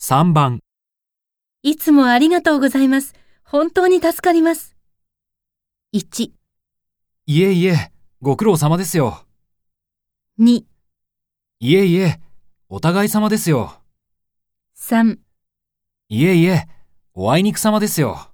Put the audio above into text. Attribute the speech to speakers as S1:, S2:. S1: 3番、
S2: いつもありがとうございます。本当に助かります。1、
S1: いえいえ、ご苦労様ですよ。
S2: 2、
S1: いえいえ、お互い様ですよ。
S2: 3
S1: いえいえ、おあいにく様ですよ。